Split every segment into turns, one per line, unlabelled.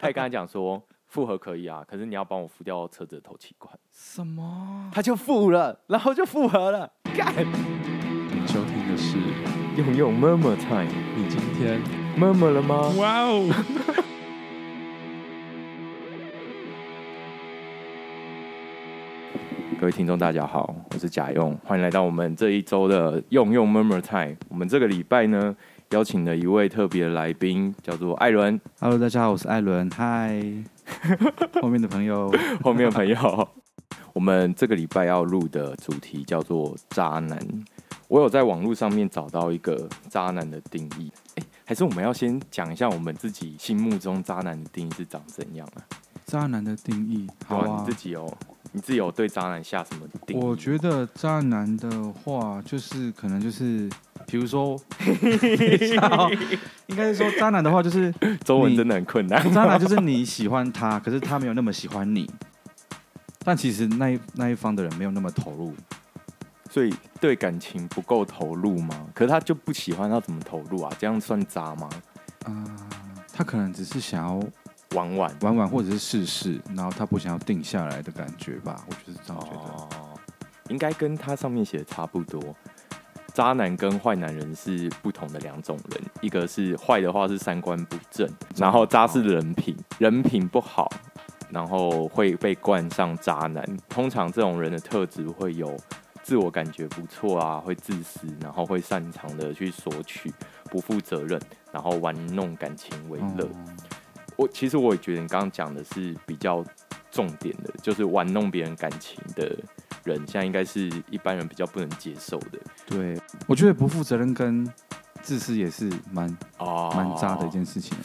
他也跟他讲说复合可以啊，可是你要帮我付掉车子的头气管。
什么？
他就付了，然后就复合了。干，
收听的是
用用 murmur time，
你今天
murmur 了吗？
哇哦！
各位听众大家好，我是贾用，欢迎来到我们这一周的用用 murmur time。我们这个礼拜呢，邀请了一位特别来宾，叫做艾伦，
Hello，大家好，我是艾伦，嗨， 后面的朋友，
后面的朋友， 我们这个礼拜要录的主题叫做“渣男”。我有在网络上面找到一个渣男的定义，哎、还是我们要先讲一下我们自己心目中渣男的定义是长怎样啊？
渣男的定义，好
对
啊
你自，己有你自己有对渣男下什么定义？
我觉得渣男的话，就是可能就是，比 如说，应该是说渣男的话，就是
得中文真的很困难。
渣男就是你喜欢他，可是他没有那么喜欢你，但其实那一那一方的人没有那么投入，
所以对感情不够投入吗？可是他就不喜欢，他怎么投入啊？这样算渣吗？
他可能只是想要
玩玩
玩玩或者是试试，然后他不想要定下来的感觉吧，我就是这样觉得。
哦，应该跟他上面写的差不多。渣男跟坏男人是不同的两种人，一个是坏的话是三观不正，然后渣是人品，
嗯
人品不好，然后会被冠上渣男。通常这种人的特质会有自我感觉不错啊，会自私，然后会擅长的去索取，不负责任，然后玩弄感情为乐。
嗯
我其实我也觉得你刚刚讲的是比较重点的，就是玩弄别人感情的人，现在应该是一般人比较不能接受的
对，我觉得不负责任跟自私也是蛮
哦
蛮渣的一件事情。啊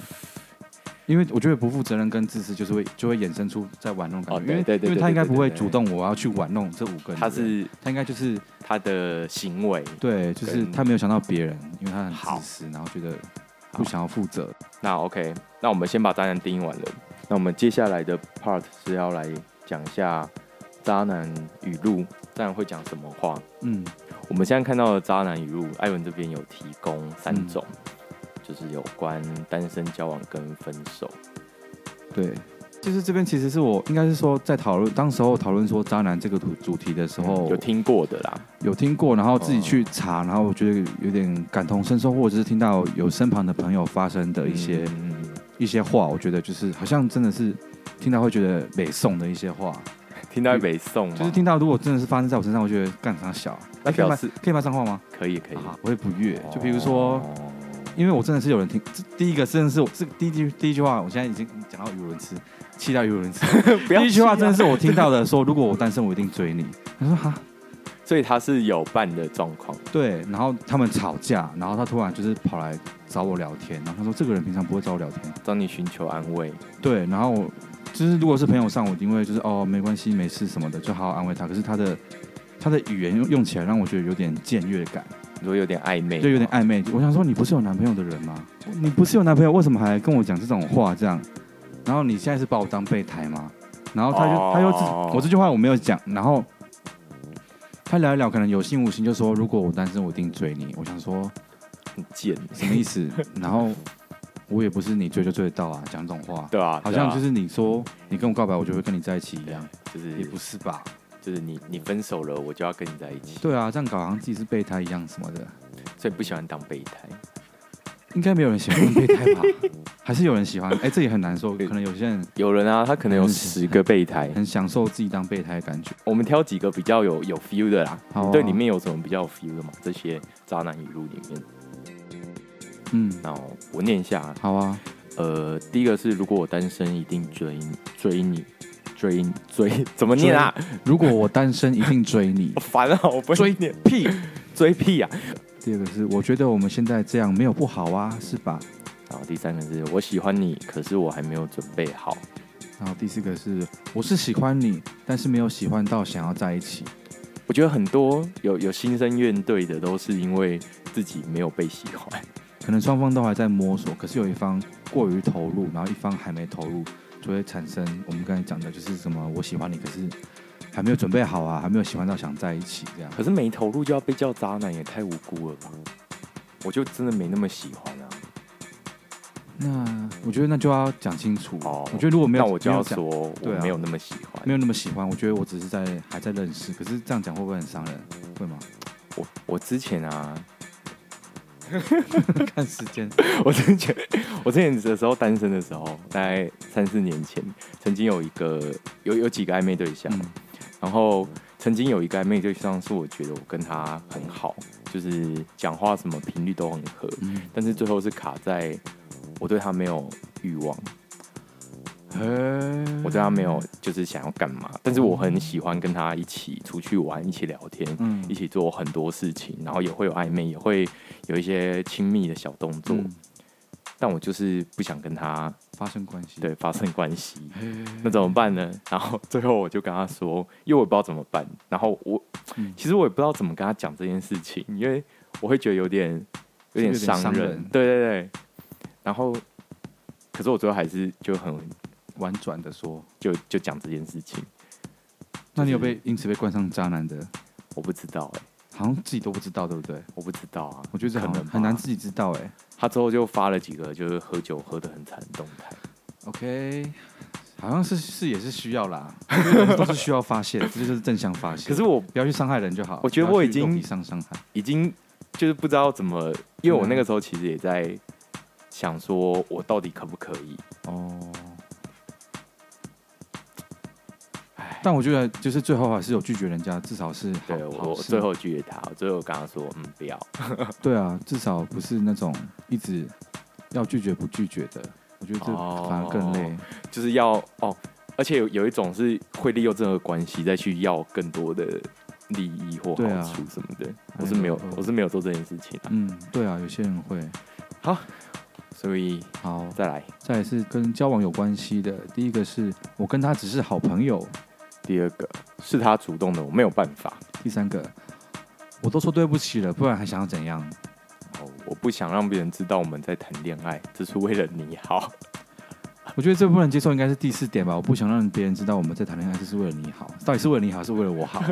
因为我觉得不负责任跟自私就是会就会衍生出在玩弄感
哦
觉，
对
因为
对对
因为
对
他应该
对对
不会
对
主动我要去玩弄这五个人，
他是
他应该就是
他的行为。
对，就是
跟
他没有想到别人，因为他很
好
自私，然后觉得
好
不想要负责。
那 OK，那我们先把渣男定义完了，那我们接下来的 part 是要来讲一下渣男语录，渣男会讲什么话？
嗯，
我们现在看到的渣男语录，艾文这边有提供三
嗯
种，就是有关单身、交往跟分手。
对，就是这边其实是我应该是说在讨论，当时候讨论说渣男这个主主题的时候，
嗯有听过的啦，
有听过，然后自
哦
己去查，然后我觉得有点感同身受，或者是听到有身旁的朋友发生的一些、
嗯嗯嗯
一些话，我觉得就是好像真的是听到会觉得北宋的一些话，
听到北宋吗，
就是听到如果真的是发生在我身上，我觉得干啥小啊，
那
可以
表
骂
示
可以骂脏话吗？
可以可哦以。
啊我会不悦，就比如说。
哦
因为我真的是有人听，这第一个真的是我这第一句第一句话，我现在已经讲到语无伦次，气到语无伦次。
不要啊
第一句话真的
是，
是我听到的，说如果我单身，我一定追你。他说哈，
所以他是有伴的状况，
对。然后他们吵架，然后他突然就是跑来找我聊天，然后他说这个人平常不会找我聊天，
找你寻求安慰。
对。然后我就是如果是朋友上，我一定会就是哦没关系没事什么的，就好好安慰他。可是他的他的语言用用起来让我觉得有点僭越感，
你说有点暧昧，
就有点暧昧。我想说，你不是有男朋友的人吗？你不是有男朋友，为什么还来跟我讲这种话？这样，然后你现在是把我当备胎吗？然后他就、
哦
他就自我这句话我没有讲，然后他聊一聊，可能有心无心就说，如果我单身，我一定追你。我想说
很贱，
什么意思？然后我也不是你追就追得到啊，讲这种话，
对啊，
好像
对啊
就是你说你跟我告白，我就会跟你在一起一
对
样
啊，就
也
是
不是吧？
就是你你分手了，我就要跟你在一起，
对啊，这样搞好像自己是备胎一样什么的，
所以不喜欢当备胎。
应该没有人喜欢备 胎吧？还是有人喜欢？哎、这也很难说，可能有些人。
有人啊，他可能有
嗯
十个备胎，
很享受自己当备胎的感觉。
我们挑几个比较有有 feel 的啦。
好啊
你对里面有什么比较有 feel 的吗？这些渣男语录里面，
嗯，
那我我念一下啊，
好啊，
呃，第一个是如果我单身，一定追你追你追你追，怎么念啊？
如果我单身，一定追 你
好。烦啊！我不会
追
念
屁！
追屁啊！
第二个是，我觉得我们现在这样没有不好啊，是吧？
然后第三个是我喜欢你，可是我还没有准备好。
然后第四个是，我是喜欢你，但是没有喜欢到想要在一起。
我觉得很多有有新生乐队的都是因为自己没有被喜欢，
可能双方都还在摸索，可是有一方过于投入，然后一方还没投入，就会产生我们刚才讲的，就是什么我喜欢你，可是还没有准备好啊，还没有喜欢到想在一起这样。
可是没投入就要被叫渣男，也太无辜了吧？我就真的没那么喜欢啊。
那我觉得那就要讲清楚。
哦
我觉得如果没有，
那我就
没
要
有讲
说我
对啊
没有那么喜欢，
没有那么喜欢，我觉得我只是在还在认识。可是这样讲会不会很伤人？会吗？
我我之前啊，
看时间，
我之前我之前的时候单身的时候，大概三四年前，曾经有一个有有几个暧昧对象，
嗯
然后曾经有一个暧昧对象是我觉得我跟他很好，就是讲话什么频率都很合，
嗯，
但是最后是卡在我对他没有欲望，
嘿
我对他没有就是想要干嘛，但是我很喜欢跟他一起出去玩，一起聊天，
嗯
一起做很多事情，然后也会有暧昧，也会有一些亲密的小动作，
嗯
但我就是不想跟他
发生关系，
对发生关系。
嘿，
那怎么办呢？然后最后我就跟他说，因为我也不知道怎么办。然后我、
嗯
其实我也不知道怎么跟他讲这件事情，因为我会觉得有点有点
有点
伤
伤
人。
人
对对对。然后，可是我最后还是就很
婉转的说，
就就讲这件事情，
那你有被因此被冠上渣男的？
我不知道哎、
好像自己都不知道，对不对？
我不知道啊。
我觉得这好
可
像
能吧
很难自己知道哎、
他之后就发了几个就是喝酒喝得很惨的动态。
OK，好像是是也是需要啦，因为人都是需要发泄， 这就是正向发泄。
可是我
不要去伤害人就好。
我觉得
不要
我已
去肉
经
体上伤害，
已经就是不知道怎么，因为我那个时候其实也在想说，我到底可不可以？
哦。但我觉得就是最后还是有拒绝人家，至少是好
对
好
我
事
最后拒绝他，我最后跟他说，嗯，不要。
对啊，至少不是那种一直要拒绝不拒绝的，我觉得这
哦
反而更累。
就是要哦，而且有有一种是会利用这个关系再去要更多的利益或
对啊
好处什么的。我是没有
know，
我是没有做这件事情啊。
嗯，对啊，有些人会。
所以
好，
再来
再来是跟交往有关系的，第一个是我跟他只是好朋友，
第二个是他主动的，我没有办法。
第三个我都说对不起了，不然还想要怎样？
哦，我不想让别人知道我们在谈恋爱，只是为了你好。
我觉得最不能接受应该是第四点吧，我不想让别人知道我们在谈恋爱，这是为了你好，到底是为了你好，还是为了我 好？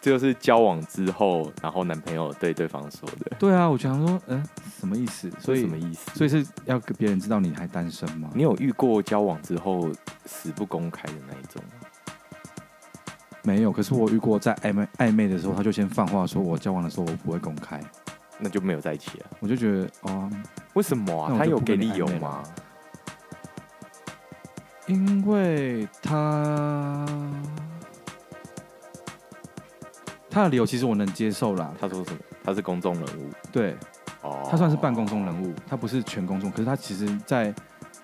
这就是交往之后，然后男朋友对对方说的，
对啊，我就想说，嗯、什么意思？所
这
以
什么，意思？
所以是要给别人知道你还单身吗？
你有遇过交往之后死不公开的那一种吗？
没有，可是我遇过在暧昧暧昧的时候，他就先放话说我交往的时候我不会公开，
那就没有在一起了。
我就觉得哦，
为什么啊？
那我就
他有
不
给
跟你
理由
暧昧
吗？
因为他他的理由其实我能接受啦，
他说什么？他是公众人物
对
哦，
他算是半公众人物，他不是全公众，可是他其实在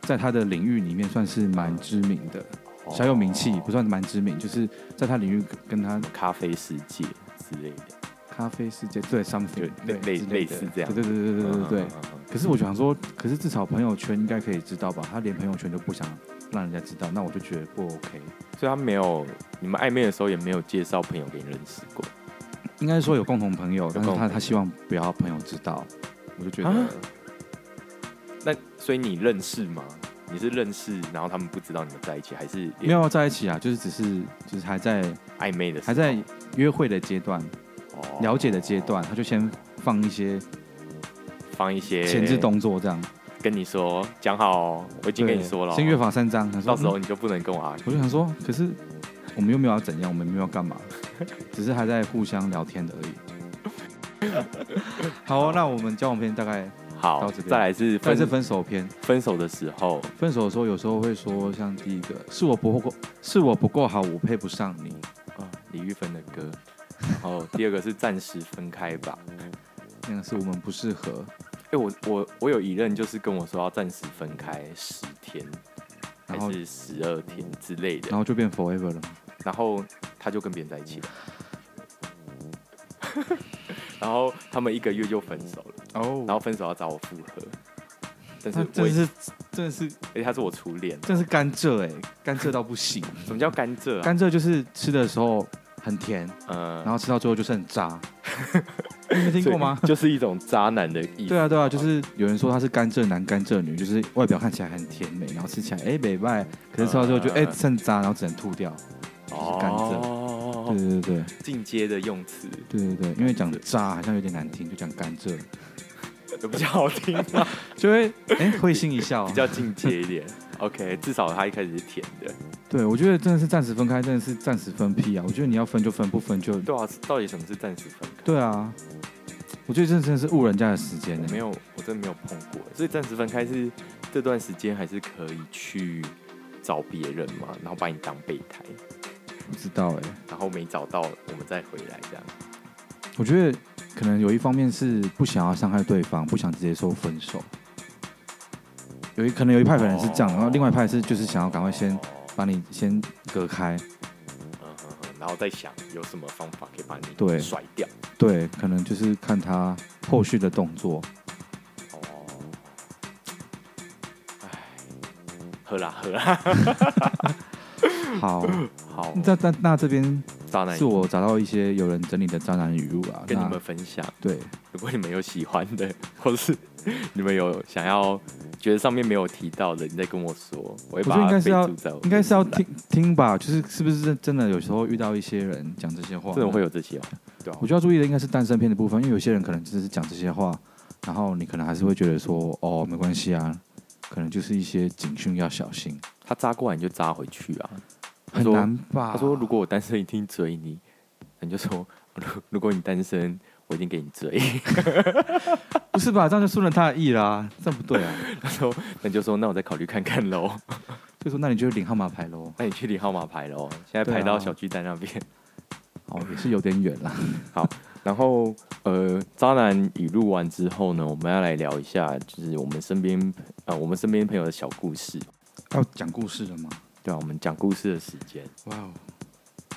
在他的领域里面算是蛮知名的，
哦
小有名气，不算蛮知名，就是在他领域跟他
咖啡世界之类的，
咖啡世界对 something
就
对
类
之
类
的
类似这样
对对对对对对对
嗯。嗯嗯
可是我想说，可是至少朋友圈应该可以知道吧？他连朋友圈都不想让人家知道，那我就觉得不 OK。
嗯所以他没有你们暧昧的时候也没有介绍朋友给你认识过，
应该说有共同朋友，但是
共同
他
朋友
他希望不要朋友知道，我就觉得、
啊那所以你认识吗？你是认识，然后他们不知道你们在一起，还是
没有在一起啊，就是只是就是还在
暧昧的时候，
还在约会的阶段、
哦
了解的阶段，他就先放一些
放一些
前置动作这样。
跟你说，讲好哦，我已经跟你
对
说了哦，
先约法三章。他说
到时候
嗯
你就不能跟我 argue
我就想说，可是我们又没有要怎样，我们没有要干 嘛，只是还在互相聊天而已。 好啊、那我们交往篇大概
好，
到这边
再来是分
但是分手篇，
分手的时候，
分手的时候有时候会说，像第一个是我不够，是我不够好，我配不上你。
啊，李玉芬的歌。然后第二个是暂时分开吧。
那个是我们不适合。
哎、我我我有一任就是跟我说要暂时分开十天，还
然后
是十二天之类
然
的，
后就变 forever 了。
然后他就跟别人在一起了，然后他们一个月就分手了，
哦
然后分手要找我复合，但是
那
我
真的啊是真的是
而且他是我初恋，
真的是甘蔗哎、甘蔗到不 行。
什么叫甘蔗、啊？
甘蔗就是吃的时候很甜，
嗯，
然后吃到最后就是很 渣。你没听过吗
所？以就是一种渣男的意思。
对啊，对啊，就是有人说他是甘蔗男、甘蔗女，就是外表看起来很甜美，然后吃起来哎美味，可是吃到最后就
嗯
哎剩渣，然后只能吐掉。就是甘蔗对
哦，
对对
进阶的用词。
对对对对，因为讲渣好像有点难听，就讲甘蔗。
有比较好听吗？
就会哎、会心一笑
比。较进阶一点。OK，至 少他一开始是甜的。
对，我觉得真的是暂时分开，真的是暂时分批啊。我觉得你要分就分，不分就
对啊，到底什么是暂时分开？
对啊。我觉得这真的是误人家的时间呢、欸
我没有，我真的没有碰过。所以暂时分开是这段时间还是可以去找别人嘛，然后把你当备胎，
不知道哎、
然后没找到我们再回来这样。
我觉得可能有一方面是不想要伤害对方，不想直接说分手。有一可能有一派人是这样，然
哦
后另外一派是就是想要赶快先把你先隔开。
嗯哼哼，然后再想有什么方法可以把你
对
甩掉。
对，可能就是看他后续的动作。
哦，哎，喝啦喝啦，
好，
好，
那那那这边
渣男
是我找到一些有人整理的渣男语录啊，
跟你
那
们分享。
对，
如果你们有喜欢的， 或是你们有想要觉得上面没有提到的，你再跟我说，我会把
我觉得应
它
该是
备
要
注在我。
应该是要，听听吧，就是是不是真的有时候遇到一些人讲这些话，
真的会有这些哦。对啊
我，觉得要注意的应该是单身篇的部分，因为有些人可能只是讲这些话，然后你可能还是会觉得说，哦，没关系啊，可能就是一些警讯要小心，
他扎过来你就扎回去啊。他
很
说
难吧？
他说如果我单身一定追你，你就说 如如果你单身，我一定给你追。
不是吧，这样就顺了他的意啦，这样不对啊。
他说那你就说那我再考虑看看喽。
所以说，那你就领号码牌喽。
那你去领号码牌喽，现在
对啊
排到小巨蛋那边。
哦，也是有点远啦。
啊然后呃，渣男语录完之后呢，我们要来聊一下，就是我们身边呃我们身边朋友的小故事。
要讲故事了吗？
对啊，我们讲故事的时间
哇哦，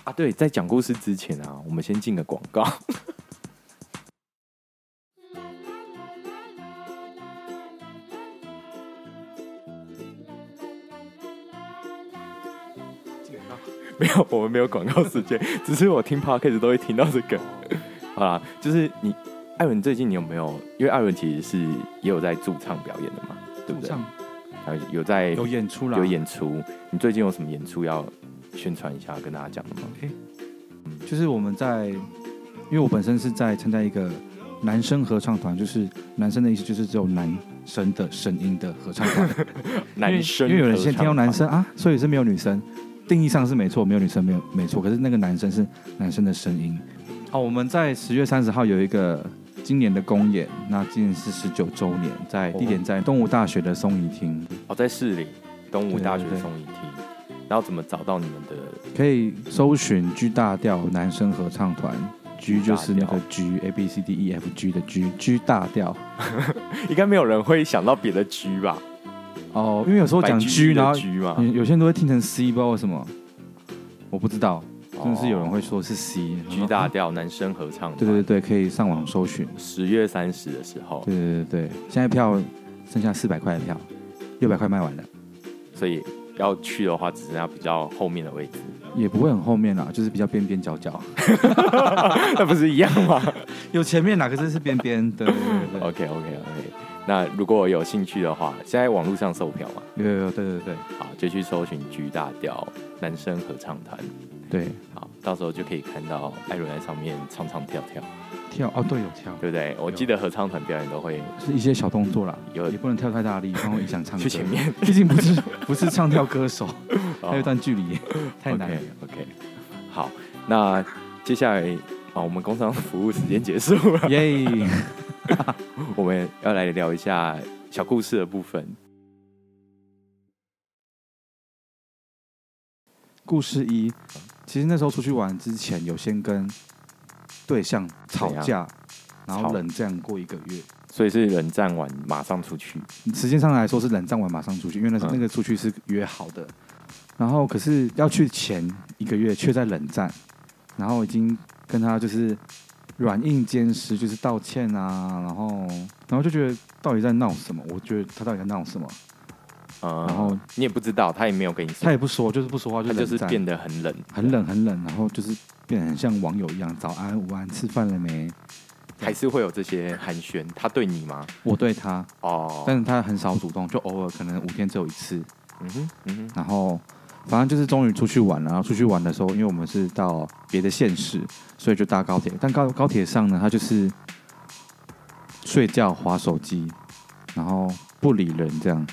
啊，对，在讲故事之前啊，我们先进个广告。 没有，我们没有广告时间， 只是我听 podcast 都会听到这个。 好啦，就是你，艾文最近你有没有？因为艾文其实是也有在驻唱表演的嘛，对不对？
上
还有有在
有演出啦，
有，演出，你最近有什么演出要宣传一下，跟大家讲的吗？
就是我们在，因为我本身是在参加一个男生合唱团，就是男生的意思就是只有男生的声音的合唱团。
男生
因为因为有人先
合唱
听到男
团
生啊，所以是没有女生。定义上是没错，没有女生没有没错，可是那个男生是男生的声音。哦，我们在十月三十号有一个今年的公演，那今年是十九周年，在地点在东吴大学的松怡厅，
哦，在市里东吴
对
大学
对对
松影厅，然后怎么找到你们的？
可以搜寻 G 大调男生合唱团，G 就是那个 G A B C D E F G 的 G，G 大调。
应该没有人会想到别的 G 吧？
哦，因为有时候讲
白
G，然后嗯
G 嘛，
有有些人都会听成 C，不知道为什么，我不知道，真的是有人会
哦
说是 C 啊
G 大调男生合唱团，
对对对，可以上网搜寻。
十月三十的时候，
对对对对，现在票剩下四百块的票，六百块卖完了，
所以要去的话只剩下比较后面的位 置，
也不会很后面啦，就是比较边边角角。
那不是一样吗
有前面啦，可是是边边。对对对对
？OK OK OK，那如果有兴趣的话，现在网络上售票嘛，
对，有有哦有，对对对
好，就去搜寻 G 大调男生合唱团，
对，
好，到时候就可以看到艾伦在上面唱唱跳跳，
跳哦，对有跳，
对不对？我记得合唱团表演都会
是一些小动作啦，
有
也不能跳太大力，不然会影响唱歌。
呃去前，面，
毕竟不是不是唱跳歌手，还有 一
哦
段距离，太难了。
OK，, o k 好，那接下来啊，我们工商服务时间结束了，
耶！
我们要来聊一下小故事的部分。
故事一，其实那时候出去玩之前，有先跟对象吵
怎
架，然后
吵
冷战过一个月。
所以是冷战完马上出去，
时间上来说是冷战完马上出去，因为那是、
嗯
那个出去是约好的，然后可是要去前一个月却在冷战，然后已经跟他就是软硬兼施，就是道歉啊，然后然后就觉得到底在闹什么？我觉得他到底在闹什么？
嗯，
然后
你也不知道，他也没有跟你
他
说，
也不说，就是不说话，就
他就
冷
是
战
变得很冷，
很，冷很冷，然后就是变得很像网友一样，早安、午安，吃饭了没？
还是会有这些寒暄。他对你吗？
我对他，
哦，
但是他很少主动，就偶尔可能五天只有一次，
嗯哼，嗯哼，
然后反正就是终于出去玩了。然后出去玩的时候，因为我们是到别的县市，所以就搭高铁。但高高铁上呢，它就是睡觉、划手机，然后不理人这样。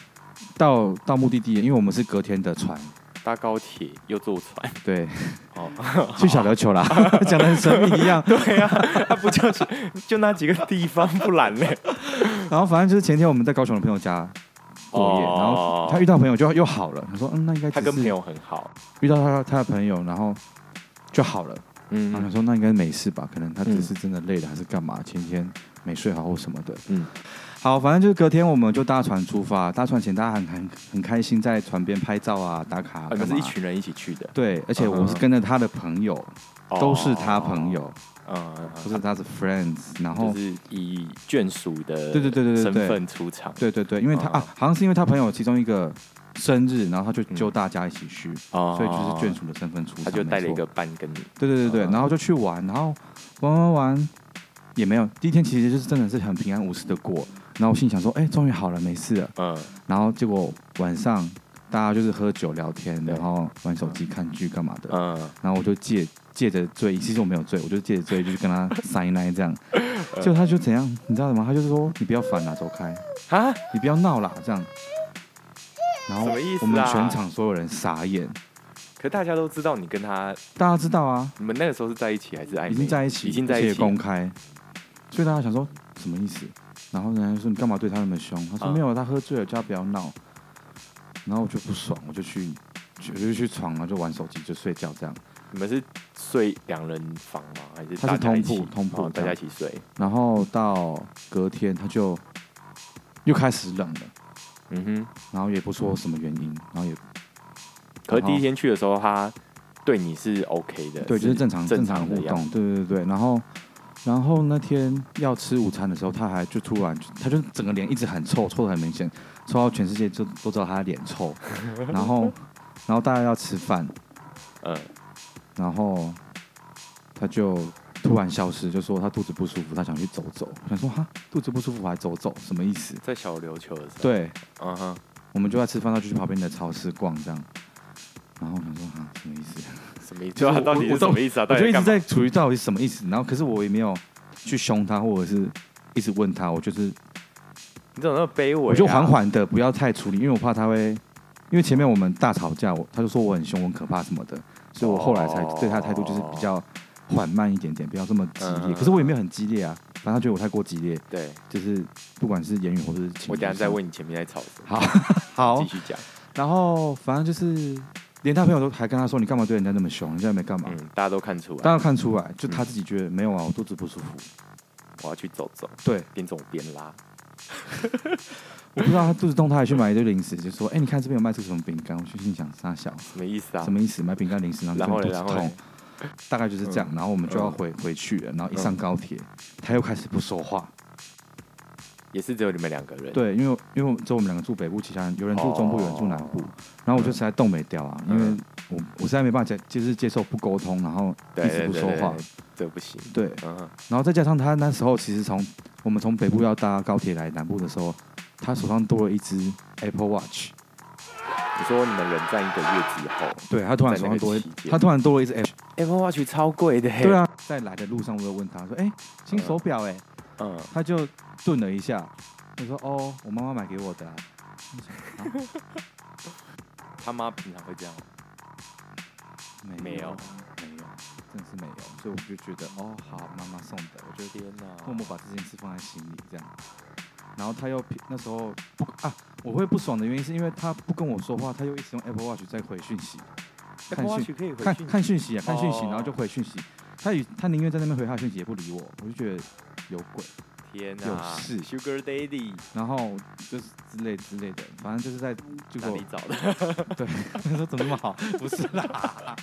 到到目的地，因为我们是隔天的船，
搭高铁又坐船，
对，
哦，
去小琉球啦，讲的很神秘一样。
对呀、啊，他不就是就那几个地方，不然呢？
然后反正就是前天我们在高雄的朋友家过夜，
哦
然后他遇到朋友就又好了。他说：“嗯，那应该
他
只
跟朋
是
友很好，
遇到他他的朋友，然后就好了。”然后他
嗯
说：“那应该没事吧？可能他只是真的累了，还是干嘛？前天没睡好或什么的。”
嗯，
好，反正就是隔天我们就搭船出发。搭船前大家很很很开心，在船边拍照啊、打卡、啊。
可
干
是
嘛
一群人一起去的，
对，而且我们是跟着他的朋友，
哦
都是他朋，友，
嗯嗯
都
嗯，
是他的 friends。然后
就是以眷属的
对对对对对
身
对
份出场
对对对，因为他、
嗯
啊，好像是因为他朋友其中一个生日，然后他就
嗯
揪大家一起去，
哦
所以就是眷属的身份出场。
他就带了一
没
个
错
伴跟你，
对对对对，
嗯
然后就去玩，然后玩玩玩，也没有。第一天其实就是真的是很平安无事的过，然后我心里想说，哎、终于好了，没事了。
嗯，
然后结果晚上大家就是喝酒聊天，
对
然后玩手机、看剧干嘛的，
嗯，
然后我就借借着醉意，其实我没有醉，我就借着醉意就是跟他塞 奶这样，结果他就怎样，你知道吗？他就是说你不要烦啦，走开，
啊，
你不要闹啦，这样。然后
什么意思啊
我们全场所有人傻眼，
可大家都知道你跟他，
大家知道啊，
你们那个时候是在一起还是暧昧？
已经在一起，
已经在
而且
一
也
起了，
公开，所以大家想说什么意思？然后人家说你干嘛对他那么凶？他说
嗯
没有，他喝醉了，叫他不要闹。然后我就不爽，我就去，去我就去床，然后就玩手机，就睡觉这样。
你们是睡两人房吗？还是
它是
大家一
通铺
起
通铺啊
哦
这
大
样
家一起睡，
然后到隔天他就又开始冷了，
嗯哼。
然后也不说什么原因，然后也
可是第一天去的时候，他对你是 OK 的，
对，就是正常
正
常
常
互
的样
动，对对对。然后然后那天要吃午餐的时候，他还就突然就他就整个脸一直很臭，臭的很明显，臭到全世界就都知道他的脸 臭。然后然后大家要吃饭，
嗯，
然后他就突然消失，就说他肚子不舒服，他想去走走。我想说哈，肚子不舒服还走走，什么意思？
在小琉球的时候，，
对，
嗯哼，
我们就在吃饭，他就去旁边的超市逛这样。然后我想说啊，什么意思？
什么意思？
就是我
他 到底
我
是
我
什么意思啊？
我
到
就
底
一直
干嘛？
在处于到底是什么意思，然后可是我也没有去凶他，或者是一直问他，我就是
你怎么那么卑微啊？
我就缓缓的，不要太处理，因为我怕他会，因为前面我们大吵架，我他就说我很凶、我很可怕什么的，所以我后来才对他的态度就是比较缓慢一点点，不要这么激
嗯
烈。可是我也没有很激烈啊，反正他觉得我太过激烈，
对，
就是不管是言语或者是情绪上，
我等一下再问你前面在吵什么。
好好
继，续讲。
然后反正就是连他朋友都还跟他说你干嘛对人家那么凶，人家也没干嘛。
嗯，大家都看出来，
当然看出来，就他自己觉得没有啊，我肚子不舒服。
我要去走走，
对，
边走边拉。
我不知道他肚子痛，他还去买一堆零食，就说：“哎、你看这边有卖这个什么饼干。”我就心想：“傻小，
什么意思啊？
什么意思？买饼干零食，然
然
后
后
就
嘞，
肚子
然后
痛
嘞，，
大概就是这样。”然后我们就要
嗯
回回去了。然后一上高铁，他又开始不说话。
也是只有你们两个人。，
对，因为因为只有我们两个住北部，其他人有人住中部，
哦
有人住南部。然后我就实在冻没掉啊，因
嗯
为我我实在没办法接，就是接受不沟通，然后一
对
直
对
不
对
说话
对。，这不行。
对，
嗯哼，
然后再加上他那时候其实从我们从北部要搭高铁来南部的时候，他手上多了一只 Apple Watch。
你说你们冷战一个月之后
对他突然
在
手
那
上
个
多了
期间
他突然多了一只 Apple。
，Apple Watch 超贵的。
对，啊，在来的路上我有问他说：“哎、新手表哎、
嗯，
他就顿了一下，他说：“哦，我妈妈买给我的、啊。我想啊
他妈平常会这样吗，”
没
没
有
有，
没有，真的是没有，所以我就觉得哦，好，妈妈送的，我就
天哪，
默默把这件事放在心里这样。然后他又那时候不啊，我会不爽的原因是因为他不跟我说话，他又一直用 Apple Watch 在回讯息，看
Apple
讯
Watch 可以回
看
讯息
看讯息啊，看讯息，
哦
然后就回讯息。他与他宁愿在那边回他的讯息，也不理我，我就觉得有鬼。
天
有
哪
事
，Sugar Daddy
然后就是之类之类的，反正就是在结
哪
果
里找的？
对，他 说怎么那么好？不是啦，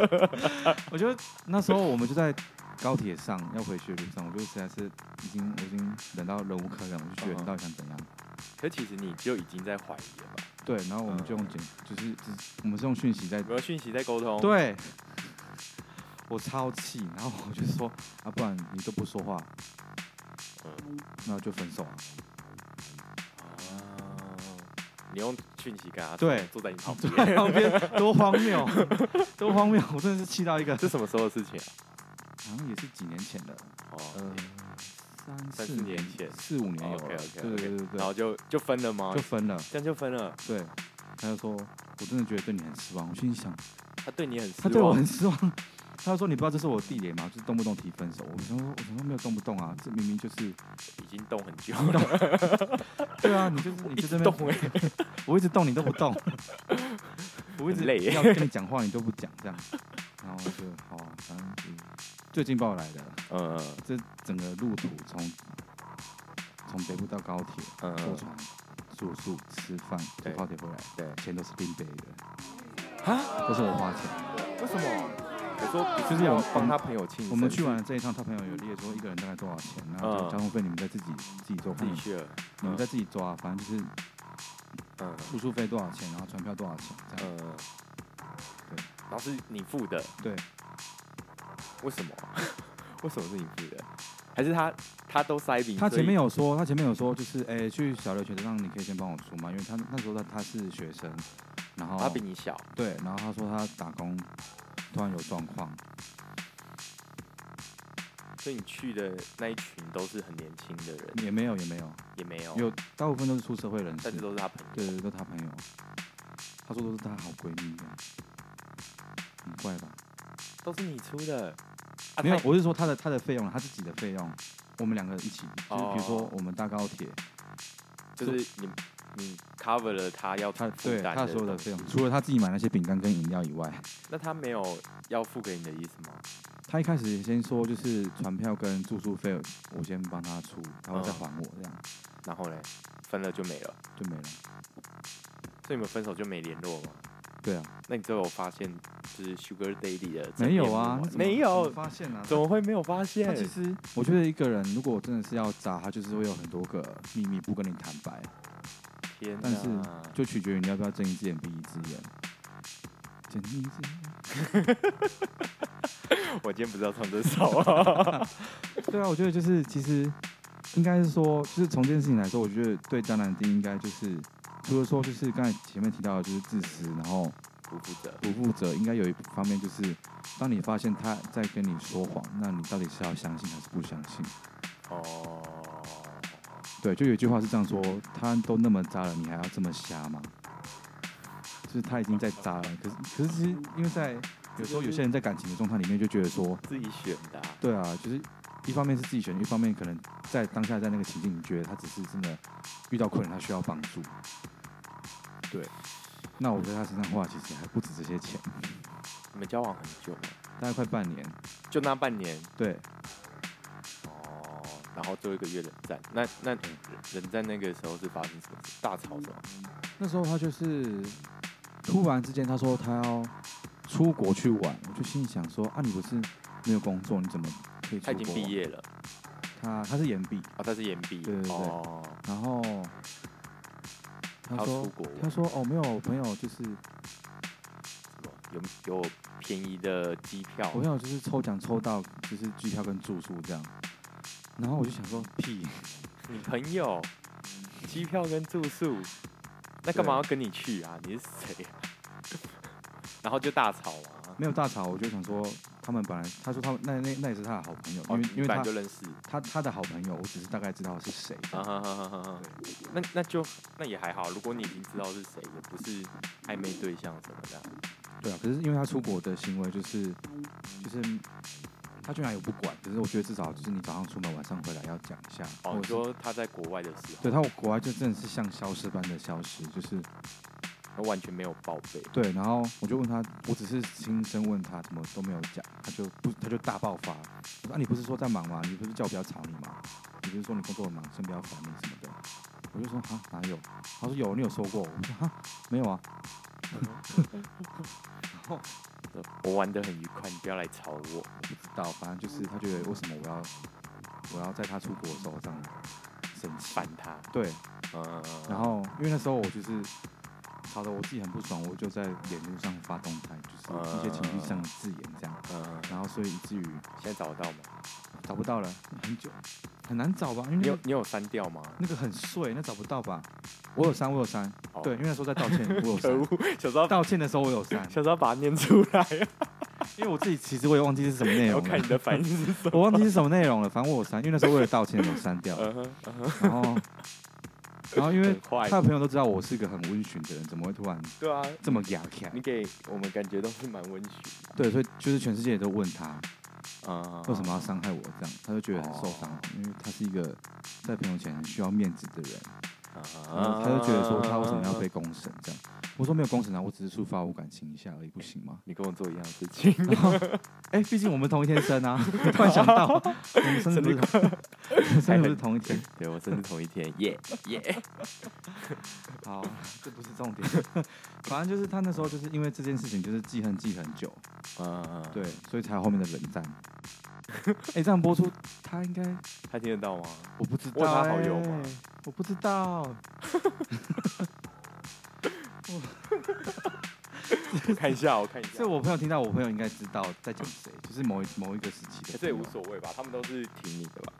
我觉得那时候我们就在高铁上要回去的路上，我就实在是已经我已经忍到忍无可忍，我就觉得
嗯
你到底想怎样？
可其实你就已经在怀疑了吧？
对，然后我们就用简，就是就是我们是用讯息在
有没有讯息在沟通？，
对。我超气，然后我就说啊，不然你都不说话，
嗯，
那就分手啊。
哦你用讯息跟他
对
坐在你旁
坐
边，
在旁边多荒谬， 多荒谬！我真的是气到一个，
这什么时候的事情啊？
好像也是几年前的，
哦
嗯，三
三四
四
年前
四五年有了，
OK
对
OK
对
OK，
对对，
然后就就分了吗
就？分了。
这样就分了，
对，他就说，我真的觉得对你很失望。我心里想，
他对你很失
他
望，
对我很失望。 他就说：“你不知道这是我地雷吗？就是动不动提分手。”我想说：“我想说没有动不动啊，这明 明就是
已经动很久 了，
对啊，你就是你
一
就这
直
边
动哎、
我一直动你都不 动，我一直
很累耶
要跟你讲话你都不讲这样，然后我就好、反正就是最近报来的，
嗯
这整个路途从从北部到高铁，
嗯
坐
嗯，
船、住宿、吃饭，坐
对
高铁回来，
对，
钱都是冰北的，
啊，
都是我花钱。
为什么？我说
就
就是是
我
要
们
帮他朋友庆生，
啊我们去完了这一趟，他朋友有列说一个人大概多少钱，然后
嗯
交通费你们再自己自己做，
自己去了，
你们再自己抓，反正就是
嗯
住宿费多少钱，然后船票多少钱这样。
嗯，嗯然后是你付的，
对，
为什么？ 为什么是你付的？还是他他都塞饼？
他前
所以
面有说，他前面有说，就是哎、去小留学的，让你可以先帮我出嘛，因为他那时候他他是学生，然后
他比你小，
对，然后他说他打工突然有状况，
所以你去的那一群都是很年轻的人，
也没有也没有，
也没有，
嗯有大部分都是出社会人士
哦但是，都是他朋友。
对对，都是他朋友，他说都是他好闺蜜这样，很怪吧？
都是你出的，啊
没有，
他
我是说他的他的费用，他自己的费用，我们两个一起，就是比如说
哦
我们搭高铁，
就是你你 cover 了他要
他
负
对
担
他所有的
东
费
西
用，除了他自己买那些饼干跟饮料以外。
那他没有要付给你的意思吗？
他一开始先说就是船票跟住宿费，我先帮他出，然后再还我，这样
然后嘞，分了就没了，
就没了。
所以你们分手就没联络吗？
对啊，
那你都有发现就是 Sugar Daddy 的真
没有
面
啊
目吗，
那怎么
没
怎
有
么，发现啊。
怎么会没有发
他
现？
其实我觉得一个人如果真的是要渣，他就是会有很多个秘密不跟你坦白，
天
但是
哪！
就取决于你要不要睁一只眼闭一只眼。睁一只眼。
我今天不是要唱这首啊，
对啊，我觉得就是其实应该是说，就是从这件事情来说，我觉得对渣男的定义应该就是除了说就是刚才前面提到的就是自私，然后
不负责。
不负责，应该有一方面就是，当你发现他在跟你说谎，那你到底是要相信还是不相信？
哦，
对，就有一句话是这样说：他都那么渣了，你还要这么瞎吗？就是他已经在渣了，可是可是其实因为在有时候有些人在感情的状态里面就觉得说，
自己选的啊、
对啊，就是一方面是自己选，一方面可能在当下在那个情境，你觉得他只是真的遇到困难，他需要帮助。对，那我觉得他身上花的其实还不止这些钱，
你们交往很久吗？
大概快半年。
就那半年
对，
哦，然后最后一个月冷战。那那冷战那个时候是发生什么事？大吵什么？
那时候他就是突然之间，他说他要出国去玩，我就心里想说啊，你不是没有工作，你怎么可以出
他
国？
已经毕，业了
他他是延毕，
哦，他是延毕
对对对
哦，
然后
他
他
要出
说
国玩
他说哦，没有，我朋友就是
什么有有便宜的机票
我朋友就是抽奖抽到就是机票跟住宿这样，然后我就想说屁，
你朋友机票跟住宿，那干嘛要跟你去啊？你是谁啊？ 然后就大吵啊嘛。
没有大吵，我就想说他们本来他说他们那那那也是他的好朋友，因为、因
本
为他
哦来就认识
他他的好朋友，我只是大概知道是谁。
啊哈哈哈哈哈！那那就那也还好，如果你已经知道是谁，也不是暧昧对象什么的啊，
对啊，可是因为他出国的行为就是就是他居然有不管，可是我觉得至少就是你早上出门晚上回来要讲一下。
哦，
或
你
者是
说他在国外的时
对他国外就真的是像消失般的消失，就是
候，完全没有报备，
对。然后我就问他，我只是轻声问他，怎么都没有讲，他就不他就大爆发。我说啊，你不是说在忙吗？你不是叫我不要吵你吗？你不是说你工作很忙，先不要烦你什么的。我就说哈哪有？他说有，你有说过。我说哈没有啊。
我玩得很愉快，你不要来吵我。
不知道，反正就是他觉得为什么我要我要在他出国的时候这样生气？
烦他，
对，
嗯，
然后因为那时候我就是吵得我自己很不爽，我就在脸书上发动态，就是一些情绪上的字眼这样，
嗯，
然后所以以至于
现在找得到吗？
找不到了，很久很难找吧？因为
你
那
有
个
你有删掉吗？
那个很碎，那找不到吧？我有删，我有删，
哦
对，因为那时候在道歉，我有
可
删
恶。，小时候
道歉的时候我有删，
小时候把它念出来，
因为我自己其实我也忘记是什么内
我
容
看
了
你，的反应是什么？
我忘记是什么内容了。反正我有删，因为那时候为了道歉我删掉了。
嗯哼，嗯哼
然后，然后因为
很快
他的朋友都知道我是一个很温驯的人，怎么会突然
对啊，
这么牙起来
你？给我们感觉都是蛮温驯
对，所以就是全世界都问他
的啊。
为什么要伤害我这样，他就觉得很受
哦
伤，因为他是一个在朋友前很需要面子的人，然后
啊？
嗯他就觉得说他为什么要被公审这样。我说没有公审啊，我只是抒发我感情一下而已，不行吗？
你跟我做一样的事 情？
然后，哎、毕竟我们同一天 生啊，突然想到，我们生日不是同，生日不是同一天。
对我真是同一天，耶 耶！
好，这不是重点，反正就是他那时候就是因为这件事情就是记恨记很久，
啊，
对，所以才有后面的冷战。 哎、这样播出他应该
他听得到吗？
我不知道、
问他好友吗
哎？我不知道，
我看一下，我看一下
这。我朋友听到，我朋友应该知道在讲谁，就是某一某一个时期的、
哎这也无。所谓吧，他们都是挺你的吧？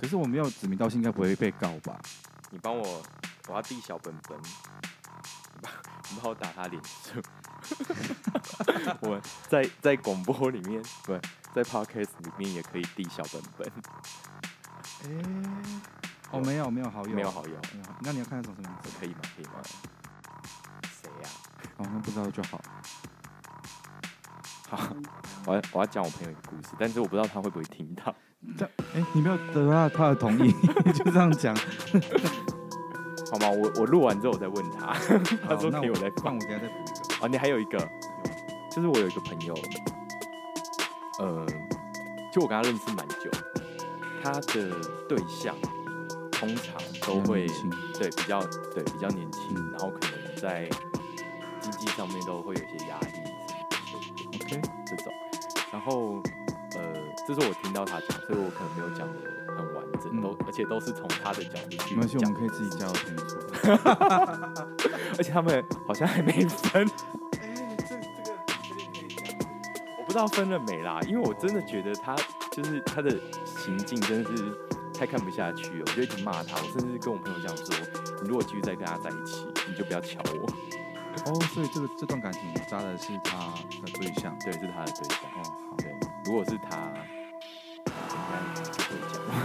可是我没有指名道姓，应该不会被告吧？
你帮我，我要递小本本，你帮你帮我打他脸色。 我在在广播里面，不是在 podcast 里面也可以递小本本，
哦哎、哦，没有没有好友，
没有好友，
没有好友，那你要看那种什么名字？
可以吗？可以吗？谁呀、
哦，那不知道就好。
好，我要我要讲我朋友一个故事，但是我不知道他会不会听到。
这哎、你没有得到他的同意， 就这样讲。
好吗？我我录完之后我再问他。 他说
好那
可以，我再
那
放
我。等一下再补一个。
啊，你还有一个，就是我有一个朋友，呃，就我跟他认识蛮久，他的对象通常都会
比较年轻
对比较对比较年轻，
嗯
然后可能在经济上面都会有一些压力什么
OK，
的这种，然后呃，这是我听到他讲，所以我可能没有讲的很完整，
嗯
都而且都是从他的角度去
没关系，我
讲
们可以自己加油添醋。
而且他们好像还没分。哎、这这个有点可以讲，我不知道分了没啦，因为我真的觉得他就是他的行径真的是太看不下去了，我就一直骂他，我甚至跟我朋友讲说，你如果继续再跟他在一起，你就不要瞧我。
哦，所以这个这段感情扎的是他的对象。
对，是他的对象。
哦，好，
对，如果是他，应该就不会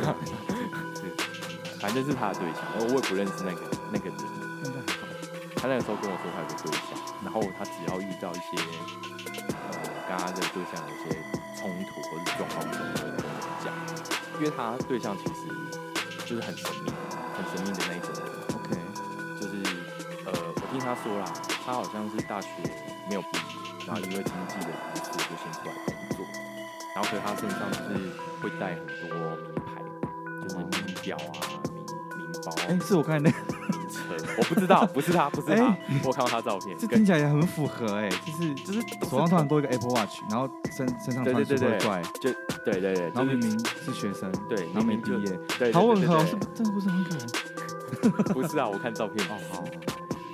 讲。对，反正是他的对象，我也不认识那个那个人。
那应该还好。
他那个时候跟我说他有个对象，然后他只要遇到一些呃跟他的对象有一些冲突或者状况的时候，他就会跟我讲，因为他对象其实就是很神秘、很神秘的那一种人，
OK，
就是呃，我听他说啦，他好像是大学没有毕业，然后因为经济的因素就先出来工作，然后可是他身上就是会带很多名牌，就是名表啊、名名包、
哦
啊
哎、是我刚才那 个，
名车，我不知道，不是他，不是他，
哎
我看到他照片，
这
跟
听起来也很符合哎、就是
就是都是
手上突然多一个 Apple Watch，然后身身上
对
穿
对
奇
对
怪
对
怪，
对对对，
然后
就是
明明是学生，
对，
然后没
明明
毕
就
业，
对，
好
对
吻合哦，
对
是
对
不真的不是很可能。
对 不是啊，我看照片，
哦，好，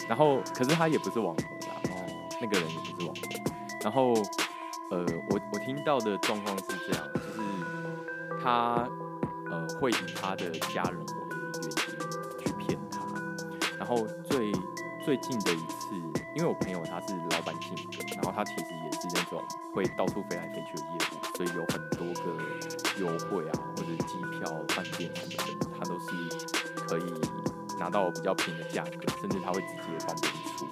然后可是他也不是网红啦，
哦，
那个人也不是网红，然后呃，我我听到的状况是这样，就是他呃会以他的家人为原因去骗他，然后最最近的一次，因为我朋友他是老板性格，然后他其实也是那种会到处飞来飞去的业务，所以有很多个优惠啊，或者机票、饭店什么的，他都是可以拿到比较便宜的价格，甚至他会直接帮别人出。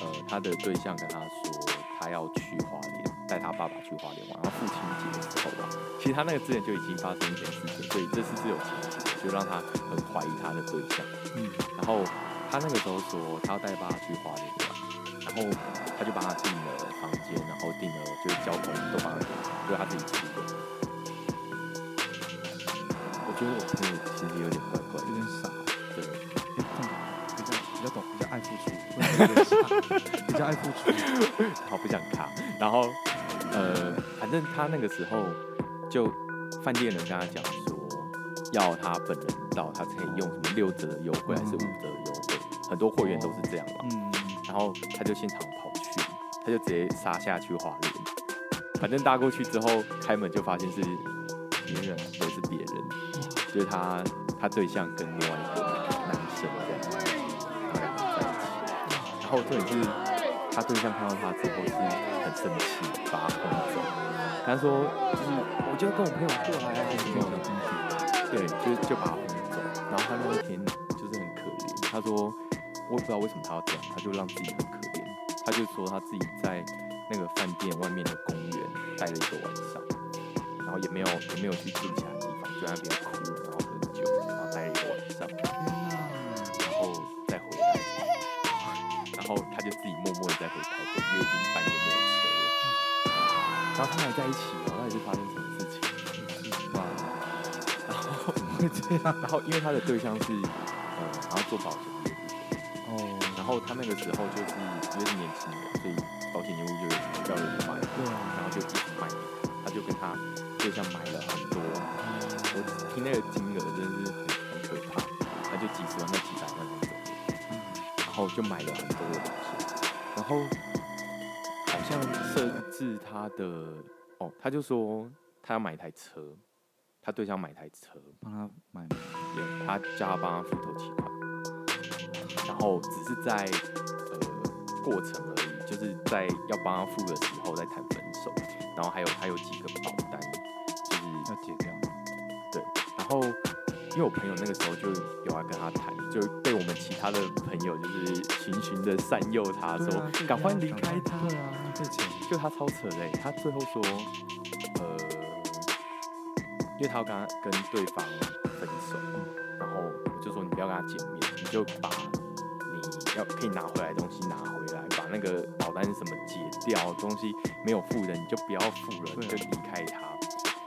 呃，他的对象跟他说，他要去花莲，带他爸爸去花莲玩，然后父亲节的时候吧。其实他那个之前就已经发生一件事情，所以这次是有前提的，就让他很怀疑他的对象。
嗯，
然后他那个时候说他要带爸爸去花莲玩，然后他就帮他订了房间，然后订了就是交通都帮他订，就他自己出的。我觉得我朋友其实有点怪怪
有
的，
点傻。
对，
比较比较懂，比较爱付出，不能有点傻比较爱付出。
好不想卡。然后呃，反正他那个时候就饭店人跟他讲说，要他本人到，他才可以用什么六折的优惠还是五折的优惠，很多会员都是这样嘛。
嗯，
然后他就现场跑去，他就直接杀下去花莲。反正搭过去之后，开门就发现是别人，对，是别人，就是他他对象跟另外一个男生这样，然后两个在一起。然后重点是，他对象看到他之后是很生气，把他轰走。他说就是我就跟我朋友过来啊，你没有进去，对，就就把他轰走。然后他那一天就是很可怜，他说我也不知道为什么他要这样，他就让自己很可怜。他就说他自己在那个饭店外面的公园待了一个晚上，然后也没有也没有去住其他地方，就在那边哭，然后喝酒，然后待了一个晚上，然后再回来。然后他就自己默默的再回台北，因为已经半夜没有车了。然后他们还在一起哦，到底是发生什么事情？哇！然后然后因为他的对象是呃，然后做保险业务，
哦，
然后他那个时候就是因为是年轻人，所以保险业务就要人买，
对啊，
然后就一直卖给他，他就跟他对象买了很多，我听那个金额真的是很很可怕，他就几十万到几百万那种。然后就买了很多的东西，然后好像甚至他的哦，他就说他要买一台车，他对象买一台车，
帮他买
也他叫他帮他付头期款，然后只是在呃过程而已，就是在要帮他付的时候再谈分手，然后还有他有几个保单，就是
要解掉，
然后因为我朋友那个时候就有要跟他谈，就被我们其他的朋友就是循循的善诱他说，赶快离开他。
啊对啊，浪费钱，
就他超扯嘞，他最后说，呃，因为他要跟他跟对方分手，然后我就说你不要跟他见面，你就把你要可以拿回来的东西拿回来，把那个保单什么解掉，东西没有付的你就不要付了，你就
对啊
离开他。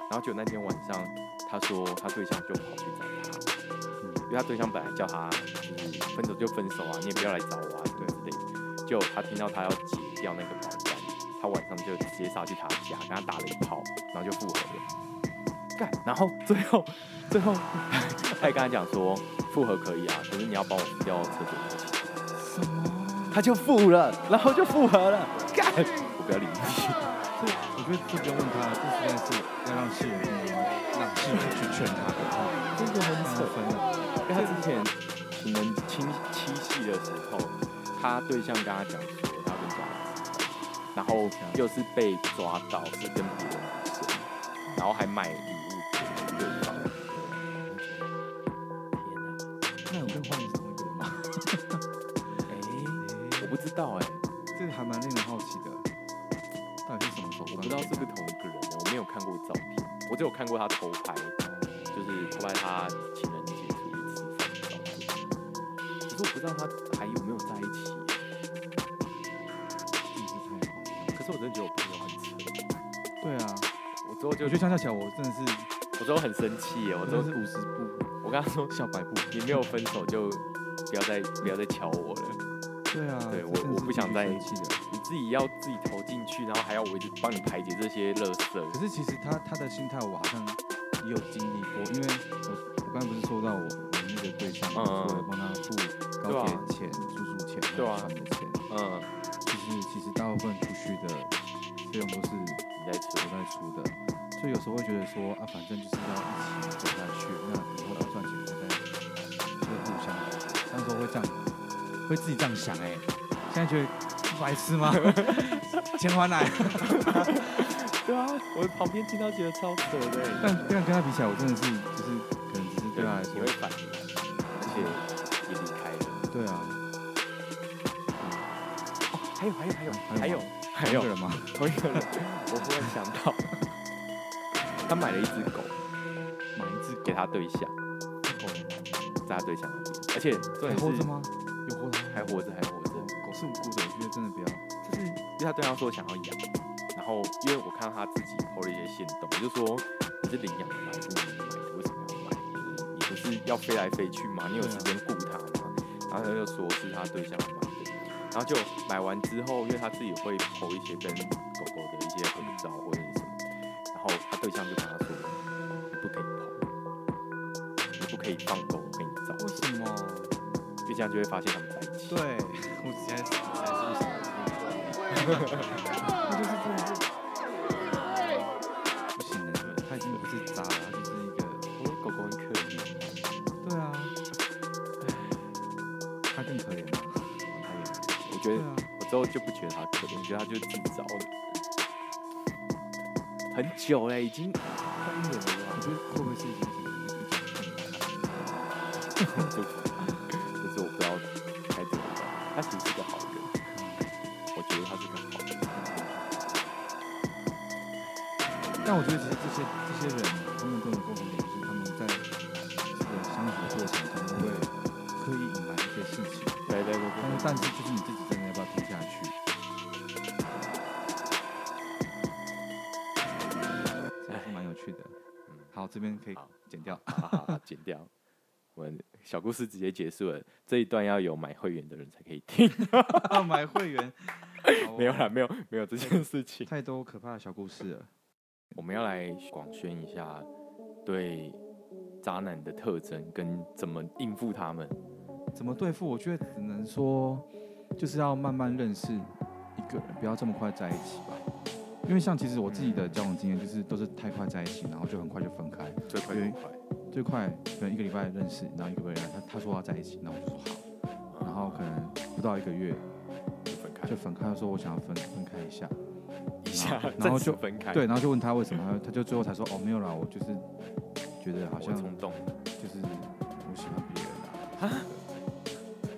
然后就那天晚上，他说他对象就跑去找他，因为他对象本来叫他就是分手就分手啊，你也不要来找我啊，什么之类的。就他听到他要解掉那个保单，他晚上就直接杀去他家，跟他打了一炮，然后就复合了。干，然后最后 最后他也跟他讲说复合可以啊，可是你要帮我付掉车主的钱。他就付了，然后就复合了。干，我不要理你。
我觉得这不用问他，这实在是要让室友去让室友去劝他，然后
真的很
让他
扯。
分了，
因为他之前情人七七夕的时候，他对象跟他讲说他要跟家人吃饭，然后又是被抓到是跟别的女生，然后还买礼物给对方。
那有跟换成同一个人吗？
哎，我不知道哎、
这个还蛮令人好奇的，到底是什么手段？
我不知道是不是同一个人，我没有看过照片，我只有看过他偷拍，就是偷拍他情人节出去吃饭的照片。可是我不知道他还有没有在一起、
真的是太荒谬了
可是我真的觉得我朋友很扯，
对啊，
我嗯之后
我
就
觉得相较起来，我真的是，
我之后很生气耶，我
我
之
真
后
的是五十步
我跟他说，
笑百步。
你没有分手就不要再不要再瞧我了，
对啊，
对我
这真的
我
是
不想
必须
再
生气的。
你自己要自己投进去，然后还要我一直帮你排解这些垃圾
可。是其实他他的心态，我好像也有经历过，因为我我刚才不是说到我我那个对象，
嗯嗯啊
我帮他付高铁钱、住宿钱、还
对
有
啊
饭的钱，
嗯，
就是其实大部分出去的费用都是我
你在扯，
在出的，所以有时候会觉得说啊，反正就是要一起走下去，那以后要赚钱我再就是互相，那时候会这样，会自己这样想哎、现在觉得白痴吗？ 钱还来。
对啊，我旁边听到觉得超扯的。欸
但但跟他比起来，我真的是就是可能只是对他来
嗯
说
啊你会，反应，而且也离开了。
对啊，
哦，还有还有还有还
还有
有
吗
还
同一
有，同一
个人吗？
个人，我忽然想到，他买了一只狗
买一只
给他对象，
狗
哦在他对象那边，而且重
还
点
活着
是
吗？有活着吗，
还活着还活着。
狗是无辜的，我觉得真的不要。
就是因为他对方说想要养，然后因为我看到他自己 PO 了一些线动，我就说你是领养的吗？还是你买的？为什么要买？就是你不是要飞来飞去吗？你有时间顾它吗？然后他就说是他对象买的，然后就买完之后，因为他自己会 PO 一些跟狗狗的一些合照或者是什么，然后他对象就跟他说你不可以 PO，你不可以放狗给你照片，
什么？
因为这样就会发现他们在一起。
对，我现在才是不行的，他已经不是渣了，他就是一个，
我狗狗很可怜。
对啊，他更可怜了。
我觉
对
得
啊，
我之后去就不觉得他可怜，觉得他就是自找的。很久嘞，已经快一年了吧
你，这会不会是一种一种
就就是我不知道该怎么办。他其实是个好人，我觉得他是个好人。
但我觉得其实这些这些人，他们跟我共同点就是他们在这个相处的过程中都会刻意隐瞒一些事情，
对对对对
但是哦但是就是你自己真的要不要听下去？这还是蛮有趣的。嗯好，这边可以
好
剪掉。
哈哈哈，剪掉。我们小故事直接结束了，这一段要有买会员的人才可以听。
要 买会员，好哦
没有啦，没有没有这件事情。
太多可怕的小故事了。
我们要来广宣一下对渣男的特征跟怎么应付他们。
怎么对付？我觉得只能说，就是要慢慢认识一个人，不要这么快在一起吧。因为像其实我自己的交往经验，就是都是太快在一起，然后就很快就分开。
最快最快，
最快可能一个礼拜认识，然后一个月他他说要在一起，那我就说好，然后可能不到一个月
就分开
就分开，他说我想要分分开一下，
一下，
然后
暂时
就
分开。
对，，然后就问他为什么，他他就最后才说哦没有啦，我就是觉得好
我
像
冲动。
就是我喜欢别人啊。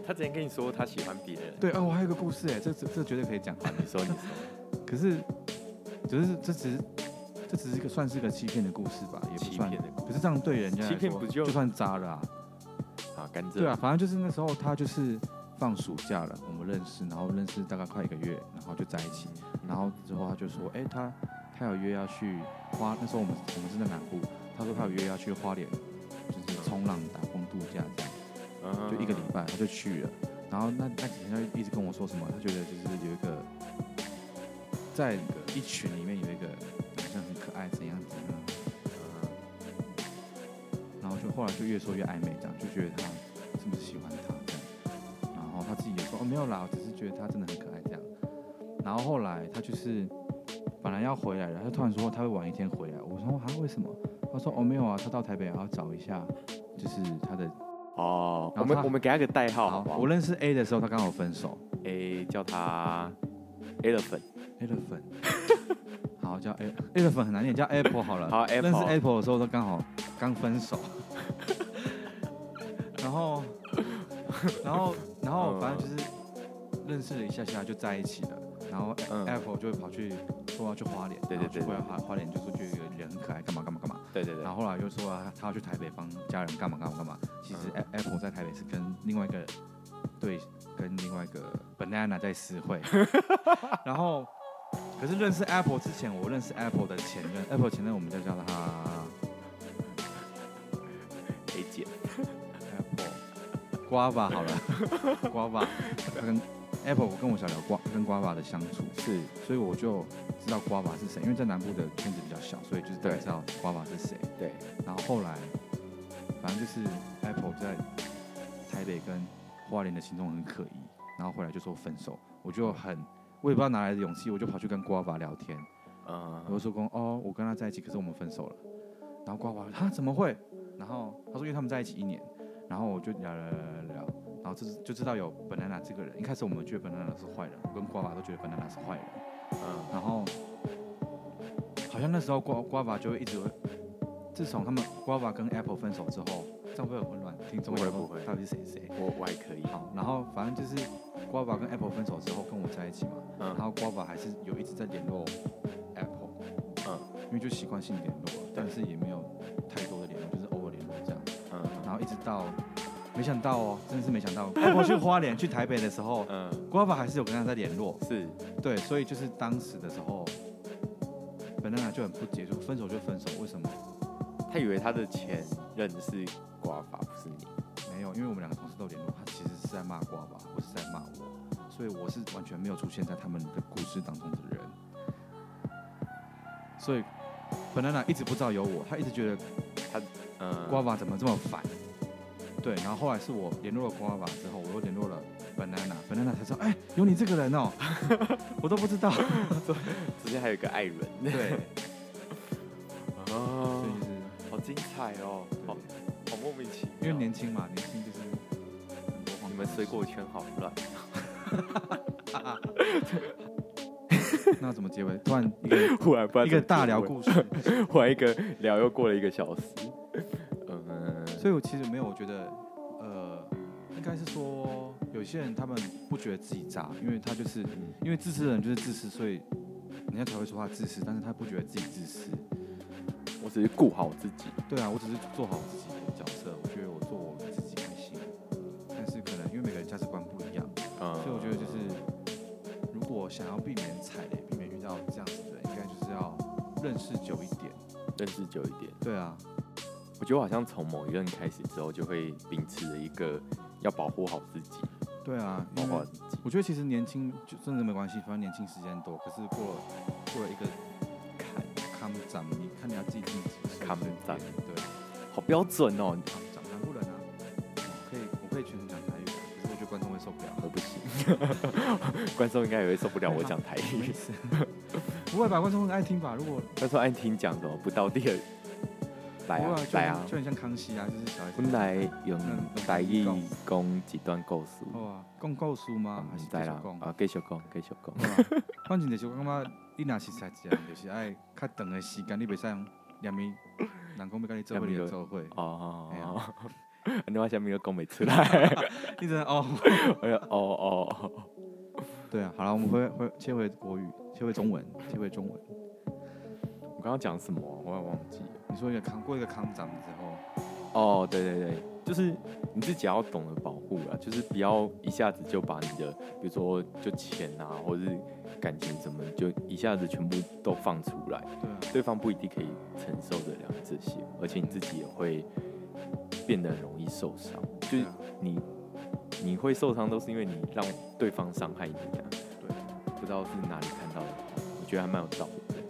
他之前跟你说他喜欢别人，
对，哦，我还有一个故事哎，这这这绝对可以讲。
啊，你说你说，
可是，只是这只是这只是一个算是个欺骗的故事吧，也 不
欺
算
骗。的故
可是这样对人家来
欺
说
骗不就
算渣了啊？
事啊，甘蔗。
对啊，反正就是那时候他就是放暑假了，我们认识，然后认识大概快一个月，然后就在一起，然后之后他就说，哎、他他有约要去花，那时候我们我们是在南部，他说他有约要去花莲，就是冲浪打工度假这样。
嗯，
就一个礼拜，他就去了。然后那那几天他就一直跟我说什么，他觉得就是有一个在一群里面有一个好像很可爱，怎样怎样。然后就后来就越说越暧昧，这样就觉得他是不是喜欢他这样。然后他自己也说哦没有啦，我只是觉得他真的很可爱这样。然后后来他就是本来要回来了，他突然说他会晚一天回来。我说啊为什么？他说哦没有啊，他到台北然后找一下，就是他的。
哦，我
然后
们
他
我们给他个代号好不好？
我认识 A 的时候，他刚好分手。
A 叫他 Elephant，
Elephant，好叫 A Elephant 很难念，叫 Apple 好了。
好
呃认识
Apple
Apple 的时候，都刚好刚分手， 然后，然后，然后，
嗯
反正就是认识了一下下就在一起了。然后
嗯
Apple 就跑去说要去花莲，
对对
然后去
对
回来花花莲就说就有一个人很可爱，干嘛干嘛干嘛。
对对对
然，后后来又说啊他要去台北帮家人干嘛干嘛干嘛。其实
嗯
A- Apple 在台北是跟另外一个对，跟另外一个 Banana 在私 会。然后，可是认识 Apple 之前，我认识 Apple 的前任，Apple 前任我们就叫他
A 姐
Apple 瓜吧 好了，瓜吧。他跟 Apple 跟我小聊瓜跟瓜吧的相处，
是
所以我就知道瓜吧是谁，因为在南部的圈子比较小，所以就是大概知道瓜吧是谁。
对，
然后后来，反正就是 Apple 在台北跟花莲的行动很可疑，然后回来就说分手，我就很，我也不知道哪来的勇气，我就跑去跟瓜爸聊天，我
嗯
就说公哦，我跟他在一起，可是我们分手了。然后瓜爸他怎么会？然后他说因为他们在一起一年，然后我就聊聊聊聊聊，然后就就知道有 banana 这个人，一开始我们觉得 banana 是坏人，我跟瓜爸都觉得 banana 是坏人。
嗯，
然后好像那时候瓜瓜爸就会一直会，自从他们瓜爸跟 Apple 分手之后，这样会很混乱，听众
不会
想说
不会
到底是谁是谁？
我我还可以，
好，然后反正就是瓜爸跟 Apple 分手之后跟我在一起嘛，
嗯
然后瓜爸还是有一直在联络 Apple，
嗯
因为就习惯性联络了，但是也没有太多的联络，就是偶尔联络这样，
嗯
然后一直到。没想到哦，真是没想到。Apple 去花莲、去台北的时候，
嗯，
瓜爸还是有跟他在联络，
是
对，所以就是当时的时候，本来就很不解，就分手就分手，为什么？
他以为他的前任是瓜法，不是你，
没有，因为我们两个同事都有联络，他其实是在骂瓜吧，不是在骂我，所以我是完全没有出现在他们的故事当中的人，所以。本来一直不知道有我，他一直觉得
嗯，
瓜爸怎么这么烦，对。然后后来是我联络了瓜爸之后，我又联络了 banana，banana 才说，哎、有你这个人哦、 我都不知道。
之前还有一个爱人，
对，
哦
所以就是
好精彩哦，好
对
好莫名其妙，
因为年轻嘛，年轻就是很多荒
你
唐
们
的事
水果圈好乱，
那怎么结尾？突然 一个
忽然不知道
一个
怎么
大
结
聊
尾，
故事，
忽然一个聊又过了一个小时。嗯，
所以我其实没有，我觉得，呃，应该是说有些人他们不觉得自己渣，因为他就是
嗯
因为自私的人就是自私，所以人家才会说他自私，但是他不觉得自己自私。
我只是顾好自己，
对啊，我只是做好自己的角色，我觉得我做我自己开心，但是可能因为每个人价值观不一样，
嗯，
所以我觉得就是如果想要避免踩雷，避免遇到这样子的人，应该就是要认识久一点。
认识久一点。
对啊，
我觉得我好像从某一任开始之后，就会秉持着一个要保护好自己，
对啊，
保
因
护
为
好自己。
我觉得其实年轻就真的没关系，反正年轻时间多。可是过了过了一个坎坎长，你看你要自己定几
坎
长
长
对
好标准哦，
坎长南部人啊，我可以我可以全程讲台语，可是我觉得观众会受不了。
我不行， 观众应该也会受不了我讲台
什么意
语。
思？不会吧？观众很爱听吧？如果
他说爱听讲什么不到第二，来
不
啊
会就
来啊
就，很像康熙啊，就是小孩子
我们来用
嗯
台语讲几段故事。
好啊，讲故事
我
吗？还
们
是继
再
续
啦
讲，？
啊，继续讲，继续讲。
好吧反正就是我感觉你若是才这样，就是爱较长的时间，你袂使用念伊，人讲要甲你做伙，你就做伙。哎
哦， 你话下面都讲不出 来。
你真的哦，
哎呀，哦哦，哦
对啊，好了，我们回回切回国语，切回中文，切回中文。
我刚刚讲什么啊？我也忘记了。
你说一个康过一个康长之后，
哦，对对对，就是你自己要懂得保护啊，就是不要一下子就把你的，比如说就钱啊，或者是感情什么，就一下子全部都放出来，
对啊，
对方不一定可以承受得了这些，而且你自己也会变得很容易受伤，就是
对啊
你你会受伤都是因为你让对方伤害你啊。
对，
不知道是哪里看到的，我觉得还蛮有道理的。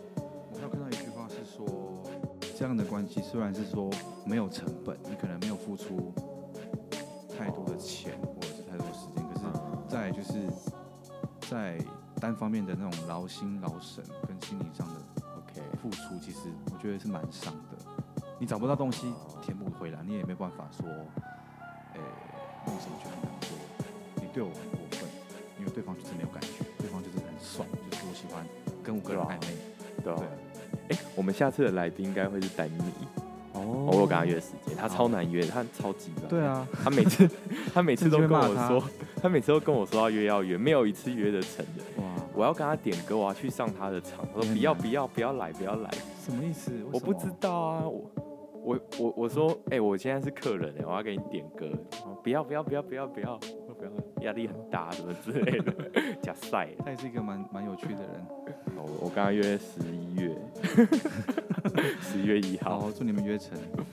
我还有看到一句话是说，这样的关系虽然是说没有成本，你可能没有付出太多的钱或者是太多时间，可是
嗯，
再来就是在单方面的那种劳心劳神跟心理上的
OK，
付出，其实我觉得是蛮伤的。你找不到东西填补回来，你也没办法说，诶、为什么觉得很难过？你对我很过分，因为对方就是没有感觉，对方就是很爽，就是我喜欢跟五个人暧昧。
对啊
对，
哎、我们下次的来宾应该会是丹尼，
哦
我有跟他约时间，他超难约，他超级忙。
对，啊，
他每 次他每次都跟
甚至会骂
我
他
说，他每次都跟我说要约要约，没有一次约得成的。
哇，
我要跟他点歌，我要去上他的场，他
天
说
哪
不要不要不要来不要来，
什么意思？为什么
我不知道啊，我我我我说，哎、我现在是客人哎，我要给你点歌，然后不要不要不要不要不要不要，压力很大什么之类的，假赛。
他也是一个蛮蛮有趣的人。
我我刚刚约十一月，十一月一号
好，祝你们约成嗯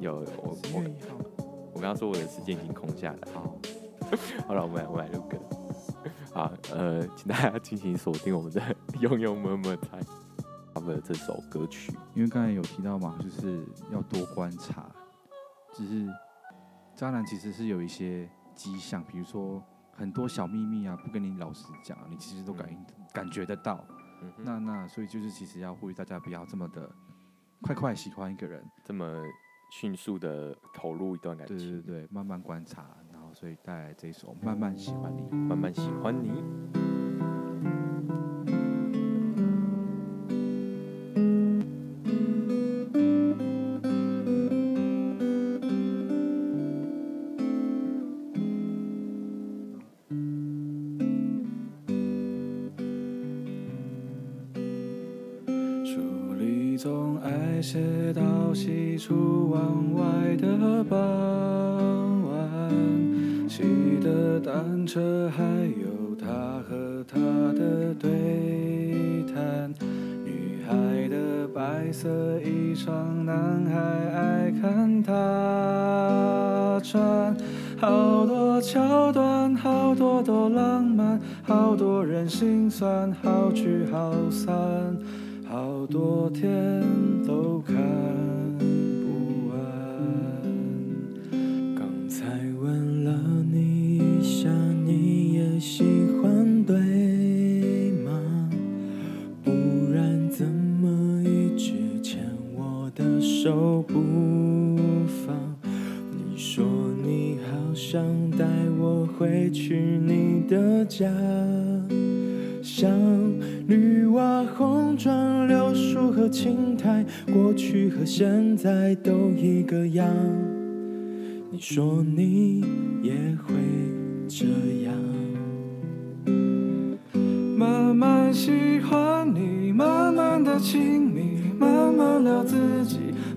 有有我
十
我
月一号。
我刚刚说我的时间已经空下来。
好，
好了，我们来我们来录歌。好，呃，请大家进行锁定我们的《用用么么猜》cover 这首歌曲。
因为刚才有提到嘛，就是要多观察，就是渣男其实是有一些迹象，比如说很多小秘密啊，不跟你老实讲啊，你其实都感应、感觉得到。
嗯哼，
那那所以就是其实要呼吁大家不要这么的快快喜欢一个人，
这么迅速的投入一段感
对
情，嗯
对对，慢慢观察，然后所以带来这一首《慢慢喜欢你》。
慢慢喜欢你。
书里总爱写到喜出望外的傍晚，骑的单车还有她和她的对谈，女孩的白色衣裳，男孩爱看她穿。好多桥段，好多都浪漫，好多人心酸，好聚好散。好多天都看不完。刚才吻了你一下，你也喜欢对吗？不然怎么一直牵我的手不放？你说你好想带我回去你的
家，像绿瓦红砖、柳树和青苔，过去和现在都一个样。你说你也会这样。慢慢喜欢你，慢慢的亲密，慢慢聊自己，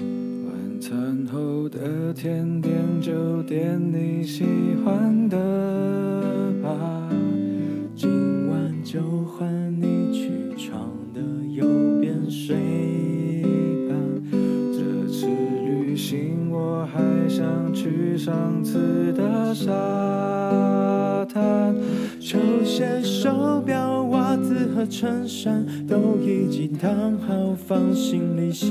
晚餐后的甜点就点你喜欢的吧，今晚就换你去床的右边睡吧。这次旅行我还想去上次的沙滩，球鞋、手表、袜子和衬衫都已经烫好，放行李箱。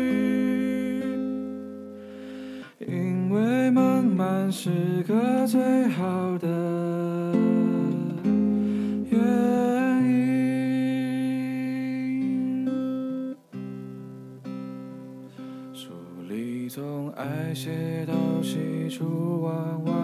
因为慢慢是个最好的原因。书里总爱写到喜出望外